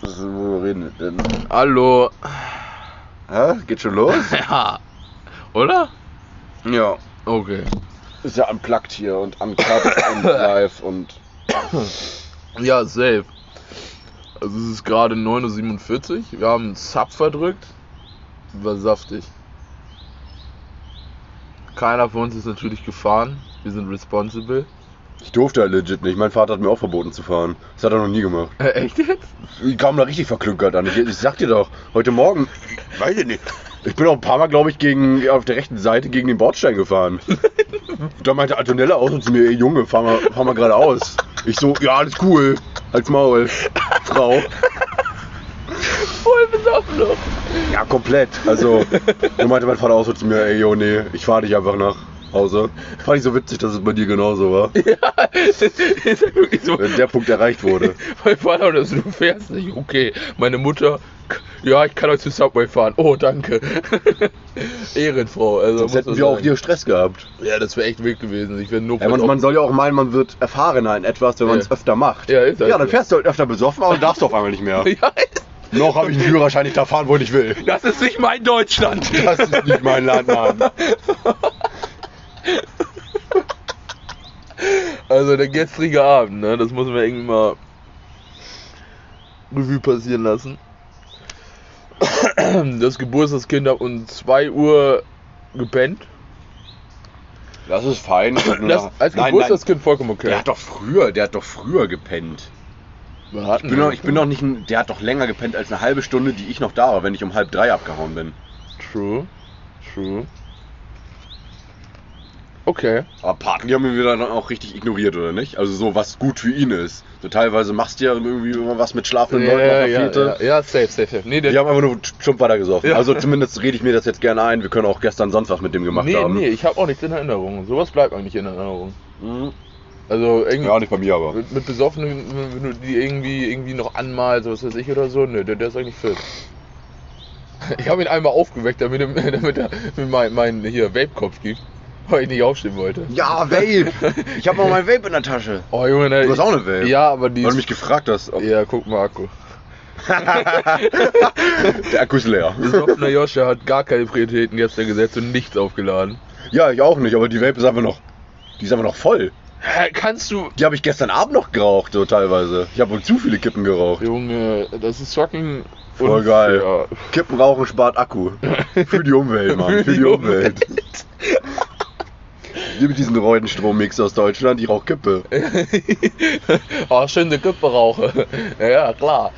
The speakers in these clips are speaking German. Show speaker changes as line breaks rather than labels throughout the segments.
Das, worüber reden wir denn?
Hallo.
Hä? Geht schon los?
Ja. Oder?
ja.
Okay.
Ist ja unplugged hier und uncut und live und.
Ja, safe. Also es ist gerade 9.47 Uhr. Wir haben einen Sub verdrückt. War saftig. Keiner von uns ist natürlich gefahren. Wir sind responsible.
Ich durfte ja legit nicht. Mein Vater hat mir auch verboten zu fahren. Das hat er noch nie gemacht.
echt jetzt?
Ich kam da richtig verklunkert an. Ich, ich sag dir doch, heute Morgen, ich weiß ich nicht. Ich bin auch ein paar Mal, glaube ich, gegen, auf der rechten Seite gegen den Bordstein gefahren. da meinte Antonella auch so zu mir, "Ey, Junge, fahr mal, fahr mal geradeaus. Ich so, ja, alles cool. Halt's Maul, Frau.
Voll besoffen ne? noch.
Ja, komplett. Also, da meinte mein Vater auch so zu mir, ey, jo, nee, ich fahre dich einfach nach Hause. Fand ich so witzig, dass es bei dir genauso war.
ist ja wirklich so.
Wenn der Punkt erreicht wurde.
Mein Vater oder so, du fährst nicht. Okay. Meine Mutter, ja, ich kann euch zu Subway fahren. Oh, danke. Ehrenfrau. Also,
Sonst
muss man
hätten wir auch
sagen.
hier Stress gehabt.
Ja, das wäre echt wild gewesen. Ich wäre nur
Ja, man, man soll ja auch meinen, man wird erfahrener in etwas, wenn man es
Ja.
öfter macht.
Ja, ist halt
ja, dann
so.
fährst du halt öfter besoffen, aber darfst du auf einmal nicht mehr.
Ja,
Noch habe ich einen Führerschein, ich darf fahren, wo ich will.
das ist nicht mein Deutschland.
Das ist nicht mein Land, Mann.
Also der gestrige Abend, ne? Das muss man irgendwie mal Revue passieren lassen. Das Geburtstagskind hat um 2 Uhr gepennt.
Das ist fein.
Das, als Geburtstagskind vollkommen okay.
Der hat doch früher, der hat doch früher gepennt.
Wir hatten
Ich bin, doch, ich bin doch nicht, ein- der hat doch länger gepennt als eine halbe Stunde, die ich noch da war, wenn ich um halb drei abgehauen bin.
True. True. Okay.
Aber Partner haben ihn wieder dann auch richtig ignoriert, oder nicht? Also so, was gut für ihn ist. So teilweise machst du ja irgendwie immer was mit schlafenden Leuten auf
ja,
der
ja,
Fete.
ja, ja, safe, safe, safe. Nee, der,
Wir ne? haben einfach nur stumpf weitergesoffen.
Ja.
Also zumindest rede ich mir das jetzt gerne ein. Wir können auch gestern sonst was mit dem gemacht
nee,
haben.
nee, ich habe auch nichts in Erinnerung. Sowas bleibt eigentlich in Erinnerung. Also irgendwie
Hm? Ja, nicht bei mir, aber.
Mit, mit Besoffenen, wenn du die irgendwie, irgendwie noch anmalst, was weiß ich oder so, ne, der, der ist eigentlich fit. Ich habe ihn einmal aufgeweckt, damit, er- damit er mir meinen mein, hier Vape-Kopf gibt, weil ich nicht aufstehen wollte.
Ja, Vape! Ich habe noch mein Vape in der Tasche.
Oh Junge, ne,
Du hast
ich-
auch eine Vape.
Ja, aber die.
Weil du mich gefragt hast, ob
ja, guck mal, Akku.
der Akku ist leer.
Besoffener Joscha hat gar keine Prioritäten gestern gesetzt und nichts aufgeladen.
Ja, ich auch nicht, aber die Vape ist einfach noch. Die ist einfach noch voll.
Hä, Kannst du.
Die habe ich gestern Abend noch geraucht, so teilweise. Ich habe wohl zu viele Kippen geraucht.
Junge, das ist fucking.
Voll geil. Kippen rauchen spart Akku. Für die Umwelt, Mann. Für, die Umwelt. Hier mit diesen Reudenstrom-Mix aus Deutschland, ich rauch Kippe.
oh, schöne Kippe rauche. ja, klar.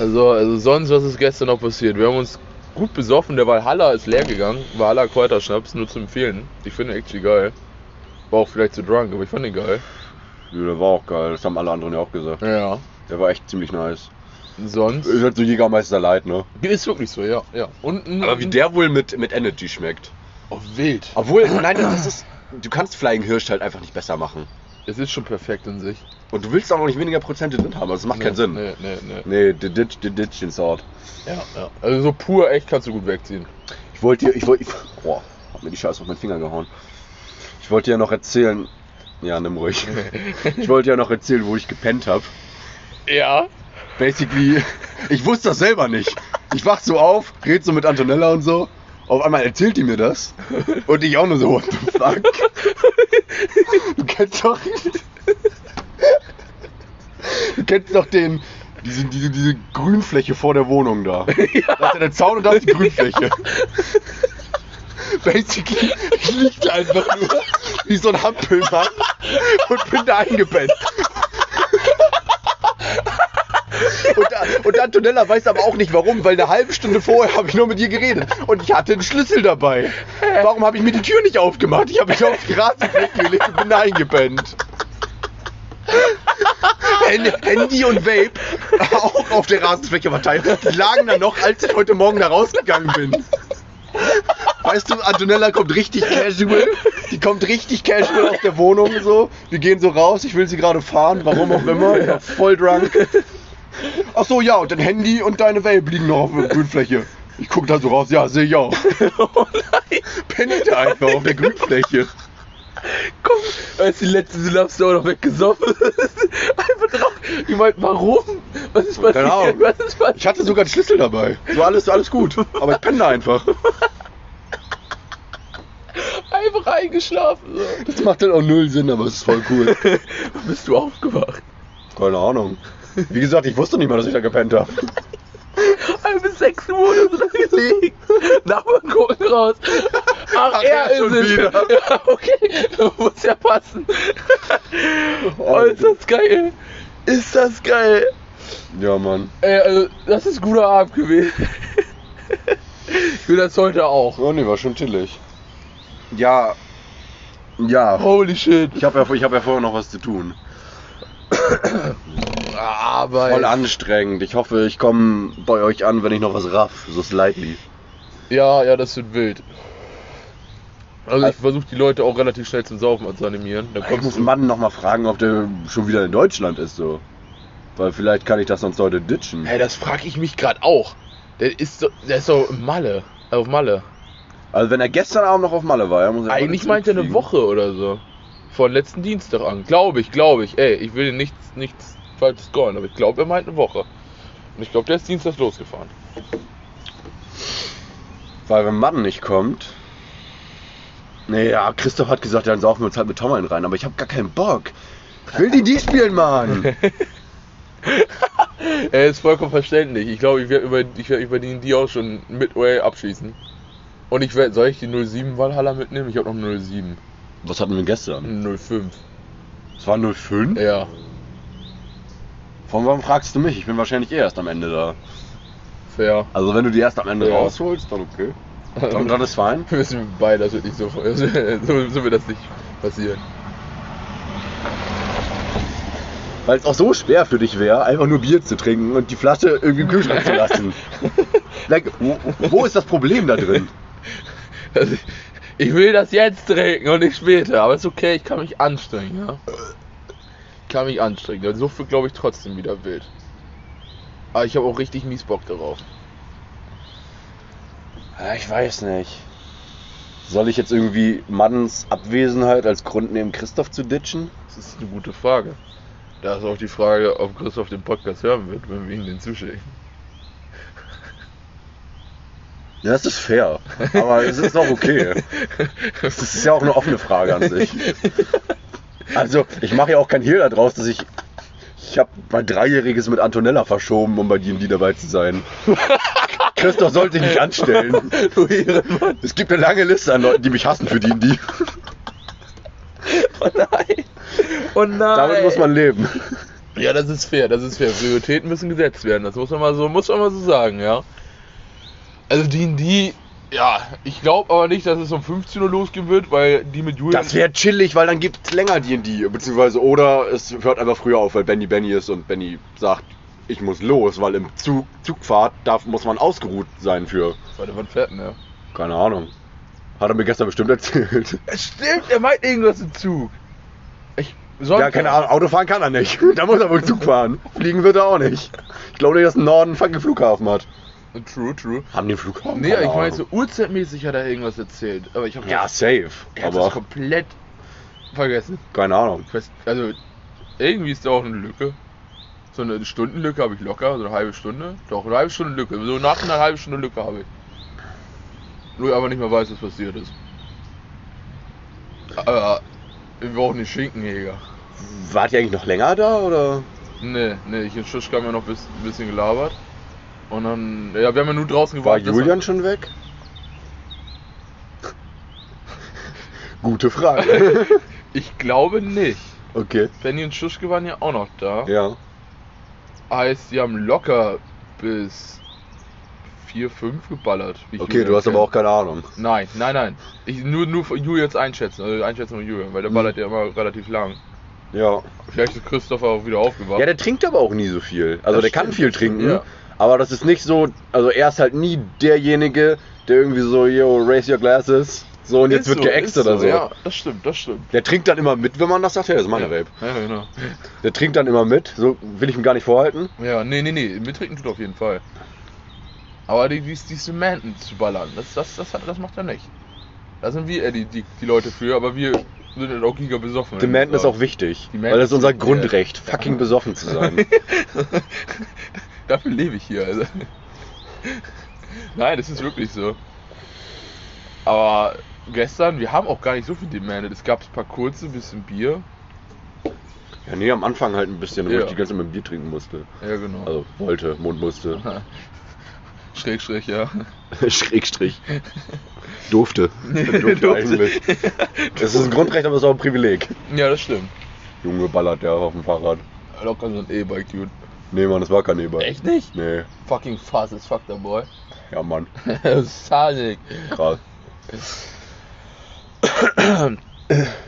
Also, also sonst, was ist gestern noch passiert? Wir haben uns gut besoffen, der Valhalla ist leer gegangen. Valhalla Kräuterschnaps, nur zu empfehlen. Ich finde ihn actually geil. War auch vielleicht zu drunk, aber ich fand ihn geil.
Ja, der war auch geil, das haben alle anderen ja auch gesagt.
Ja.
Der war echt ziemlich nice.
Sonst.
Ist halt so Jägermeister Light, ne?
Äh, Ist wirklich so, ja. ja. Unten.
der wohl mit, mit Energy schmeckt.
Oh, wild.
Obwohl, nein, das ist. Du kannst Flying Hirsch halt einfach nicht besser machen.
Es ist schon perfekt in sich.
Und du willst auch nicht weniger Prozente drin haben, also das macht keinen Sinn.
Nee, nee, nee.
Nee, the ditch, the ditch den Sort.
Ja, ja. Also, so pur echt kannst du gut wegziehen.
Ich wollte dir, ich wollte. Boah, hab mir die Scheiße auf meinen Finger gehauen. Ich wollte dir noch erzählen. Ja, nimm ruhig. Ich wollte ja noch erzählen, wo ich gepennt habe.
Ja.
basically, ich wusste das selber nicht. Ich wach so auf, red so mit Antonella und so. Auf einmal erzählt die mir das. Und ich auch nur so, what the fuck? Du kennst doch. Du kennst doch den. Diese, diese, diese Grünfläche vor der Wohnung da. Da ist ja der Zaun und da ist die Grünfläche. Basically, ich lieg da einfach nur wie so ein Hampelmann und bin da eingebettet. Und, und Antonella weiß aber auch nicht warum, weil eine halbe Stunde vorher habe ich nur mit ihr geredet. Und ich hatte einen Schlüssel dabei. Warum habe ich mir die Tür nicht aufgemacht? Ich habe mich auf die Rasenfläche gelegt und bin da eingepennt. Hand- Handy und Vape auch auf der Rasenfläche verteilt. Die lagen da noch, als ich heute Morgen da rausgegangen bin. Weißt du, Antonella kommt richtig casual. Die kommt richtig casual aus der Wohnung so. Wir gehen so raus, ich will sie gerade fahren, warum auch immer. Ich war voll drunk. Ach so, ja, und dein Handy und deine Vape liegen noch auf der Grünfläche. Ich guck da so raus, ja, sehe ich auch.
Oh nein.
Pennt da einfach auf der Grünfläche.
Komm, als die letzte Synapse auch noch weggesoffen ist. Einfach drauf. Ich meinte, warum? Was ist passiert?
Keine Ahnung.
Was ist passiert?
Ich hatte sogar einen Schlüssel dabei. So alles, alles gut. Aber ich penne da einfach.
Einfach eingeschlafen. So.
Das macht dann auch null Sinn, aber es ist voll cool.
Bist du aufgewacht?
Keine Ahnung. Wie gesagt, ich wusste nicht mal, dass ich da gepennt habe.
Ein bis sechs Uhr oder so da gelegen. Nachbarn gucken raus. Ach,
Ach,
er
er
ist
schon
es.
wieder.
Ja, okay. Muss ja passen. Oh, ist das geil. Ist das geil.
Ja, Mann.
Ey, also, das ist guter Abend gewesen. Ich will das heute auch.
Oh, nee, war schon chillig. Ja. Ja.
Holy shit.
Ich habe ja, ich hab ja vorher noch was zu tun.
Arbeit.
Voll anstrengend. Ich hoffe, ich komme bei euch an, wenn ich noch was raff. So slightly.
Ja, ja, das wird wild. Also ich versuche die Leute auch relativ schnell zum Saufen zu animieren. Dann
Ich
kommst
muss
du.
Mann nochmal fragen, ob der schon wieder in Deutschland ist, so. Weil vielleicht kann ich das sonst heute ditchen.
Hey, das frage ich mich gerade auch. Der ist so, der ist so in Malle, äh, auf Malle.
Also wenn er gestern Abend noch auf Malle war, ja, muss er heute
Eigentlich meint er eine
zurückfliegen.
Woche oder so. Von letzten Dienstag an. Glaube ich, glaube ich. Ey, ich will nichts, nichts falsch scoren, aber ich glaube, er meint eine Woche. Und ich glaube, der ist Dienstag losgefahren.
Weil wenn Mann nicht kommt. Nee, ja, Christoph hat gesagt, dann saufen wir uns halt mit Tom einen rein, aber ich habe gar keinen Bock. Ich will die die spielen, Mann.
Ey, ist vollkommen verständlich. Ich glaube, ich werde über, ich werd über den die auch schon midway abschießen. Und ich werde, soll ich die 07 Valhalla mitnehmen? Ich habe noch eine 07.
Was hatten wir gestern?
Eine 05.
Es war 05?
Ja.
Von warum fragst du mich? Ich bin wahrscheinlich eh erst am Ende da.
Fair.
Also wenn du die erst am Ende
Ja.
rausholst, dann okay. Dann
Ähm,
gerade ist fein.
Wir wissen beide, das wird nicht so, so, so wird das nicht passieren.
Weil es auch so schwer für dich wäre, einfach nur Bier zu trinken und die Flasche irgendwie im Kühlschrank zu lassen. Like, wo, wo ist das Problem da drin?
Also, ich- ich will das jetzt trinken und nicht später, aber ist okay, ich kann mich anstrengen, ja. Ich kann mich anstrengen, dann so viel glaube ich trotzdem wieder wild. Aber ich habe auch richtig mies Bock darauf.
Ja, ich weiß nicht. Soll ich jetzt irgendwie Maddens Abwesenheit als Grund nehmen, Christoph zu ditchen?
Das ist eine gute Frage. Da ist auch die Frage, ob Christoph den Podcast hören wird, wenn wir ihn den zuschicken.
Ja, das ist fair. Aber es ist auch okay. Das ist ja auch eine offene Frage an sich. Also, ich mache ja auch kein Hehl daraus, dass ich. Ich habe mein Dreijähriges mit Antonella verschoben, um bei D&D dabei zu sein. Christoph sollte sich nicht anstellen.
du Ehrenmann.
Es gibt eine lange Liste an Leuten, die mich hassen für D&D.
Oh nein. Oh nein.
Damit muss man leben.
Ja, das ist fair, das ist fair. Prioritäten müssen gesetzt werden, das muss man mal so, muss man mal so sagen, ja. Also D&D, ja, ich glaube aber nicht, dass es um 15 Uhr losgehen wird, weil die mit Julian...
Das wäre chillig, weil dann gibt's länger D&D. Beziehungsweise, oder es hört einfach früher auf, weil Benny Benny ist und Benny sagt, ich muss los, weil im Zug, Zugfahrt, da muss man ausgeruht sein für.
Warte, wann fährt denn der?
Keine Ahnung. Hat er mir gestern bestimmt erzählt.
Stimmt, er meint irgendwas im Zug. Ich,
Ja, keine Ahnung, Autofahren kann er nicht. Da muss er wohl Zug fahren. Fliegen wird er auch nicht. Ich glaube nicht, dass ein Norden einen fucking Flughafen hat.
True, true.
Haben die einen Flughafen?
Nee,
Keine
ich meine
Ahnung.
so urzeitmäßig hat er irgendwas erzählt, aber ich habe
Ja, safe.
das
Aber
komplett vergessen.
keine Ahnung.
Ich weiß- Also, irgendwie ist da auch eine Lücke. So eine Stundenlücke habe ich locker, so eine halbe Stunde. Doch, eine halbe Stunde Lücke. So nach einer halben Stunde Lücke habe ich. Nur aber nicht mehr weiß, was passiert ist. Aber wir brauchen den Schinkenjäger.
Wart ihr eigentlich noch länger da oder?
Nee, nee, ich in Schuschka haben wir noch ein bis, bisschen gelabert. Und dann, ja, wir haben ja nur draußen
War
gewartet. dass-
Julian schon weg? Gute Frage.
Ich glaube nicht.
Okay.
Benny und Schuschke waren ja auch noch da.
Ja.
Heißt, die haben locker bis 4, 5 geballert. wie ich
Okay,
Julian
du hast
kenn.
aber auch keine Ahnung.
Nein, nein, nein. Ich nur nur von Julians einschätzen, also einschätzen von Julian,
Hm.
weil der ballert ja immer relativ lang.
Ja.
Vielleicht ist Christopher auch wieder aufgewacht.
Ja, der trinkt aber auch nie so viel. Also der
Das
kann
stimmt.
viel trinken,
Ja.
aber das ist nicht so, also er ist halt nie derjenige, der irgendwie so, yo, raise your glasses, so und jetzt
Ist
wird
so,
geäxt
ist
oder so.
Ja, das stimmt, das stimmt.
Der trinkt dann immer mit, wenn man das sagt, hey, das ist meine Vape.
Ja, genau.
Der trinkt dann immer mit, so will ich ihm gar nicht vorhalten.
Ja, nee, nee, nee, mittrinken tut er auf jeden Fall. Aber die, die, die Samanthen zu ballern, das, das, das, hat- das macht er nicht. Da sind wir eher die, die, die Leute für, aber wir sind halt auch giga besoffen.
Demanden ist auch wichtig,
Die Man-
weil das ist unser Grundrecht,
Ja.
fucking besoffen zu sein.
Dafür lebe ich hier, also. Nein, das ist wirklich so. Aber gestern, wir haben auch gar nicht so viel demandet. Es gab ein paar kurze, ein bisschen Bier.
Ja, nee, am Anfang halt ein bisschen, wo
Ja.
ich die ganze Zeit mit dem Bier trinken musste.
Ja, genau.
Also wollte, Mund musste,
Schräg, schräg, ja.
Schrägstrich. Durfte.
Durfte.
Durfte eigentlich. Das ist ein Grundrecht, aber es ist auch ein Privileg.
Ja, das stimmt.
Junge ballert der auf dem Fahrrad.
Locker eh so ein E-Bike, dude.
Nee, Mann, das war kein E-Bike.
Echt nicht?
Nee,
Fucking fast as fuck, der Boy.
ja, Mann.
Sonic.
Krass.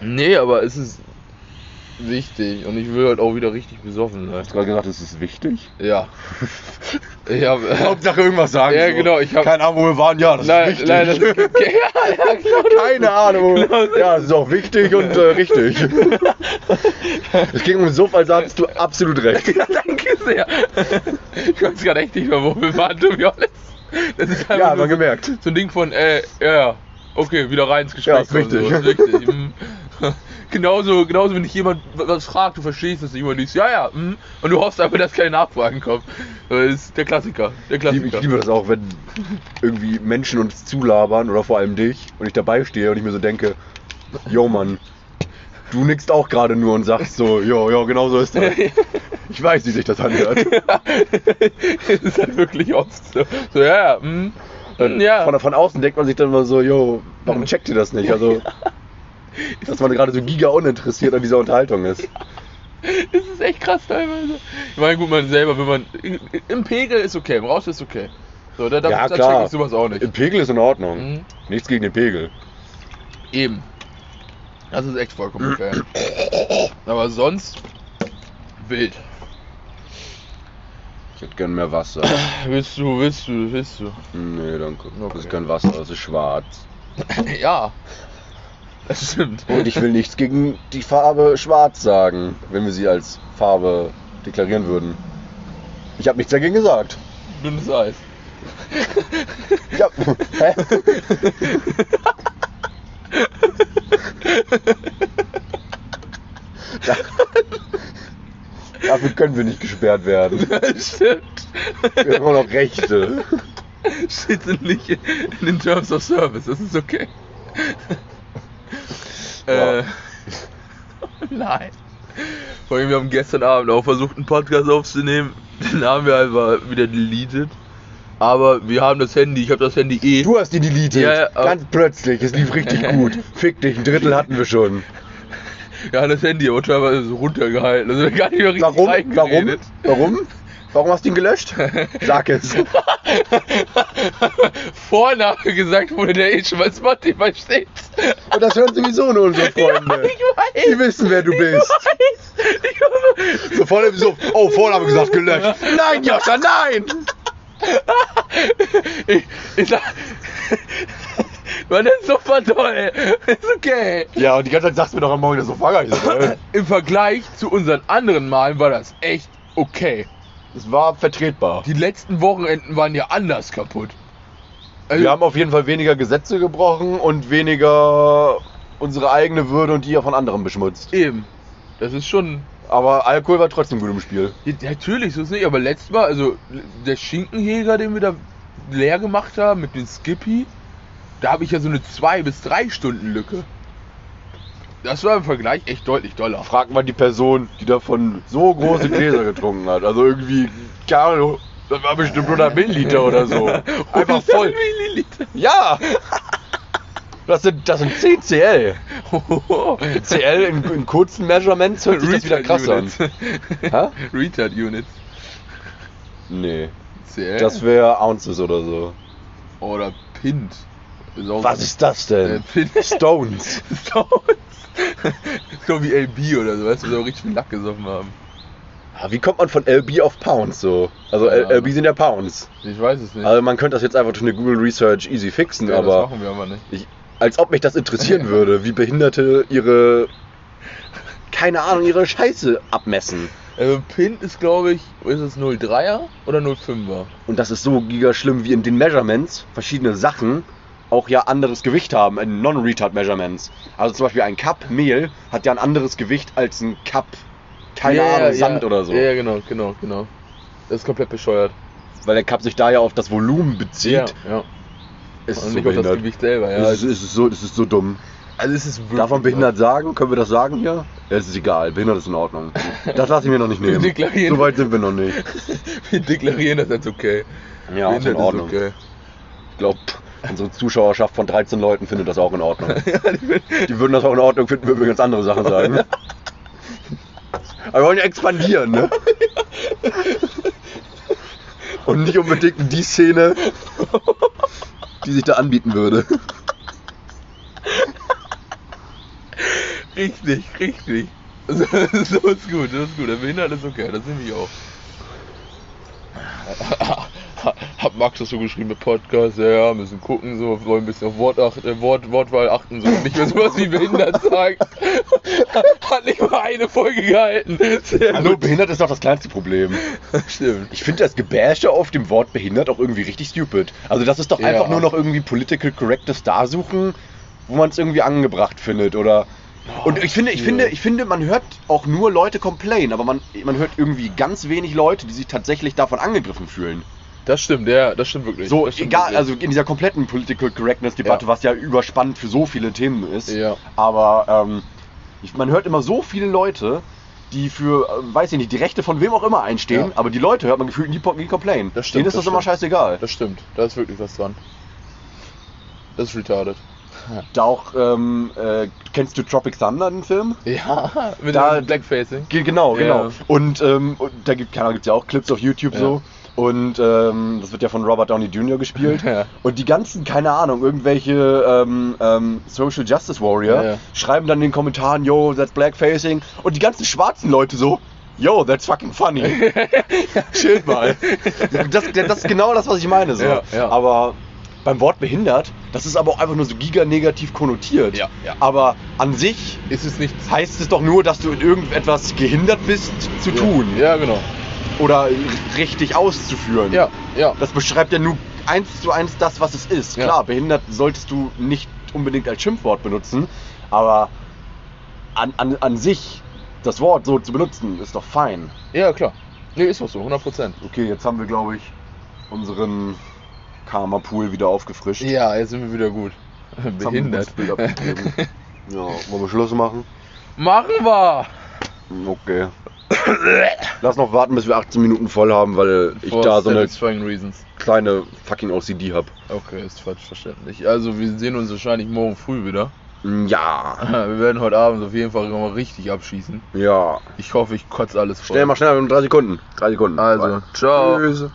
Nee, aber es ist wichtig und ich will halt auch wieder richtig besoffen sein.
Hast du gerade gesagt, es ist wichtig?
Ja. Ich hab.
Hauptsache irgendwas sagen.
Ja, genau, ich hab-
Keine Ahnung, wo wir waren. Ja, das
Nein,
ist wichtig. Genau
nein, das ist. Ja, ja, genau.
Keine Ahnung. Ja, das ist auch wichtig und äh, richtig. Es ging um den Suff, also hattest du absolut recht.
Ja, danke sehr. Ich weiß gerade echt nicht mehr, wo wir waren, to be honest. Das ist einfach
Ja,
nur
man gemerkt.
so ein Ding von, äh, ja, ja, okay, wieder rein ins Gespräch.
Ja, ist
kommen,
richtig.
So, ist richtig. mm. Genauso, genauso, wenn dich jemand w- was fragt, du verstehst es nicht, immer nicht, ja, ja, mm, und du hoffst einfach, dass keine Nachfragen kommen. Das ist der Klassiker, der
Ich,
Klassiker.
ich liebe das auch, wenn irgendwie Menschen uns zulabern oder vor allem dich und ich dabei stehe und ich mir so denke, yo Mann, du nickst auch gerade nur und sagst so, jo, jo, genau so ist das. Ich weiß, wie sich das anhört.
das ist halt wirklich oft so, so ja, ja, mm, mm, ja.
Äh, Von, von außen denkt man sich dann immer so, yo, warum checkt ihr das nicht? Also, dass man gerade so giga uninteressiert an dieser Unterhaltung ist.
Das ist echt krass teilweise. Ich meine, gut, man selber, wenn man. Im Pegel ist okay, im Rausch ist okay. So, da, da,
Ja,
da
klar.
check ich sowas auch nicht.
Im Pegel ist in Ordnung.
Mhm.
Nichts gegen den Pegel.
Eben. Das ist echt vollkommen okay. Aber sonst. Wild.
Ich hätte gern mehr Wasser.
Willst du, willst du, willst du.
nee, danke. Das
Okay.
ist kein Wasser, das ist schwarz.
Ja. Das stimmt.
Und ich will nichts gegen die Farbe schwarz sagen, wenn wir sie als Farbe deklarieren würden. Ich habe nichts dagegen gesagt.
Dünnes Eis.
Ja. Hä? Da- Dafür können wir nicht gesperrt werden.
Das stimmt.
Wir haben immer noch Rechte.
Steht sind nicht in den Terms of Service. Das ist okay.
Ja.
Äh, nein. Vor allem, wir haben gestern Abend auch versucht, einen Podcast aufzunehmen. Den haben wir einfach wieder deleted. Aber wir haben das Handy. Ich habe das Handy eh.
Du hast die deleted.
Ja, ja, aber-
Ganz plötzlich. Es lief richtig gut. Fick dich. Ein Drittel hatten wir schon.
Ja, das Handy, aber teilweise so runtergehalten. Also gar nicht mehr richtig
Warum? Warum?
reingeredet.
Warum? Warum hast du ihn gelöscht? Sag es.
Vorname gesagt wurde, der eh schon bei Spotify steht.
Und das hören sowieso nur unsere Freunde.
weiß.
Die wissen, wer du bist.
Ich hoffe,
So vor allem so, oh, Vorname gesagt, gelöscht. Nein, Joscha, nein!
Ich, ich sag. Mann, das ist super toll. Ist okay.
Ja, und die ganze Zeit sagst du mir doch am Morgen, dass du Fahrrad ist. oder?
Im Vergleich zu unseren anderen Malen war das echt okay.
Es war vertretbar.
Die letzten Wochenenden waren ja anders kaputt. Also,
Wir haben auf jeden Fall weniger Gesetze gebrochen und weniger unsere eigene Würde und die ja von anderen beschmutzt.
eben. Das ist schon.
Aber Alkohol war trotzdem gut im Spiel.
Ja, natürlich, so ist nicht. Aber letztes Mal, also der Schinkenjäger, den wir da leer gemacht haben mit dem Skippy, da habe ich ja so eine 2 bis 3 Stunden Lücke. Das war im Vergleich echt deutlich doller.
Frag mal die Person, die davon so große Gläser getrunken hat. Also irgendwie, keine Ahnung, das war bestimmt 100 Milliliter oder so. Einfach voll.
Milliliter.
Ja! Das sind, das sind 10 CL. CL in, in kurzen Measurements hört sich das wieder krass an.
an.
Hä?
Retard Units.
Nee,
CL.
das wäre Ounces oder so.
Oder Pint. Ist auch-
Was ist das
äh,
denn?
Pint?
Stones.
Stones. so wie LB oder so, weißt du, so richtig viel Lack gesoffen haben.
Ah, Wie kommt man von LB auf Pounds so? Also L-
Ja.
LB sind ja Pounds.
Ich weiß es nicht.
Also man könnte das jetzt einfach durch eine Google Research easy fixen,
ja, das
aber
machen wir aber nicht.
ich, als ob mich das interessieren würde, wie Behinderte ihre keine Ahnung, ihre Scheiße abmessen.
Also Pint ist glaube ich, ist es 03er oder 05er?
Und das ist so giga schlimm wie in den Measurements, verschiedene Sachen auch ja anderes Gewicht haben in Non-Retard Measurements. Also zum Beispiel ein Cup Mehl hat ja ein anderes Gewicht als ein Cup, keine
Ja,
Ahnung,
ja,
Sand
ja.
oder so.
Ja, ja, genau, genau, genau. Das ist komplett bescheuert.
Weil der Cup sich da ja auf das Volumen bezieht.
Ja, ja.
Es
Und nicht auf das Gewicht selber, ja.
Es, ist, es, ist so, es ist so dumm.
also es ist wirklich
Darf man behindert sagen? Können wir das sagen hier? Ja, es ist egal. Behindert ist in Ordnung. Das lasse ich mir noch nicht nehmen.
Deklarieren.
So weit sind wir noch nicht.
Wir deklarieren das als okay.
Ja, ist in
Behindert
Ordnung. Ich glaube, unsere Zuschauerschaft von 13 Leuten findet das auch in Ordnung. Die würden das auch in Ordnung finden, wenn wir ganz andere Sachen sagen. Aber wir wollen ja expandieren, ne? Und nicht unbedingt die Szene, die sich da anbieten würde.
Richtig, richtig. So, so ist gut, das ist gut. Der Behindert ist okay, das nehme ich auch. Hab Max das so geschrieben mit Podcast, ja, ja, müssen gucken, so, wollen ein bisschen auf Wort acht, äh, Wort, Wortwahl achten, so, nicht mehr sowas wie behindert sagen. Hat nicht mal eine Folge gehalten. Sehr
Hallo,
gut.
behindert ist doch das kleinste Problem.
Stimmt.
Ich finde das Gebärsche auf dem Wort behindert auch irgendwie richtig stupid. Also das ist doch
Ja.
einfach nur noch irgendwie political correctness da suchen, wo man es irgendwie angebracht findet oder und ich finde, ich
ja.
finde, ich finde, man hört auch nur Leute complain, aber man, man hört irgendwie ganz wenig Leute, die sich tatsächlich davon angegriffen fühlen.
Das stimmt, ja, das stimmt wirklich.
So,
das stimmt
egal,
wirklich.
also in dieser kompletten Political Correctness-Debatte,
Ja.
was ja überspannend für so viele Themen ist.
Ja.
Aber ähm, ich, man hört immer so viele Leute, die für, äh, weiß ich nicht, die Rechte von wem auch immer einstehen,
Ja.
aber die Leute hört man gefühlt nie, nie complain.
Das stimmt,
Denen ist das,
das
immer
stimmt.
scheißegal.
Das stimmt, da ist wirklich was dran. Das ist retarded.
Da auch, ähm, äh, kennst du Tropic Thunder, den Film?
Ja, mit
Da-
dem Blackfacing.
Ge- Genau,
Ja.
genau. Und, ähm, und da gibt keine Ahnung, gibt's ja auch Clips auf YouTube
Ja.
so. Und ähm, das wird ja von Robert Downey Jr. gespielt.
Ja.
Und die ganzen, keine Ahnung, irgendwelche ähm, ähm, Social Justice Warrior
Ja, ja.
schreiben dann in den Kommentaren, yo, that's blackfacing. Und die ganzen schwarzen Leute so, yo, that's fucking funny. Chill mal. Das, das ist genau das, was ich meine. So.
Ja, ja.
Aber beim Wort behindert, das ist aber auch einfach nur so giganegativ konnotiert.
Ja, ja.
Aber an sich
Ist es nichts
heißt es doch nur, dass du in irgendetwas gehindert bist zu tun
Ja, genau.
oder richtig auszuführen.
Ja, ja.
Das beschreibt ja nur eins zu eins das, was es ist.
Ja.
Klar, behindert solltest du nicht unbedingt als Schimpfwort benutzen, aber an, an, an sich das Wort so zu benutzen, ist doch fein.
Ja, klar. Nee, ist doch so, 100 Prozent.
Okay, jetzt haben wir, glaube ich, unseren Karma-Pool wieder aufgefrischt.
Ja, jetzt sind wir wieder gut.
Jetzt haben wir uns
Behindert.
Bild abgegeben. ja, wollen wir Schluss machen?
Machen wir!
Okay. Lass noch warten, bis wir 18 Minuten voll haben, weil ich da so eine
Satisfying Reasons.
kleine fucking OCD hab.
Okay, ist falsch verständlich. Also, wir sehen uns wahrscheinlich morgen früh wieder.
Ja.
Wir werden heute Abend auf jeden Fall nochmal richtig abschießen.
Ja.
Ich hoffe, ich kotze alles voll.
Schnell mal, schnell, wir haben 3 Sekunden. 3 Sekunden.
Also, ciao.
Tschüss.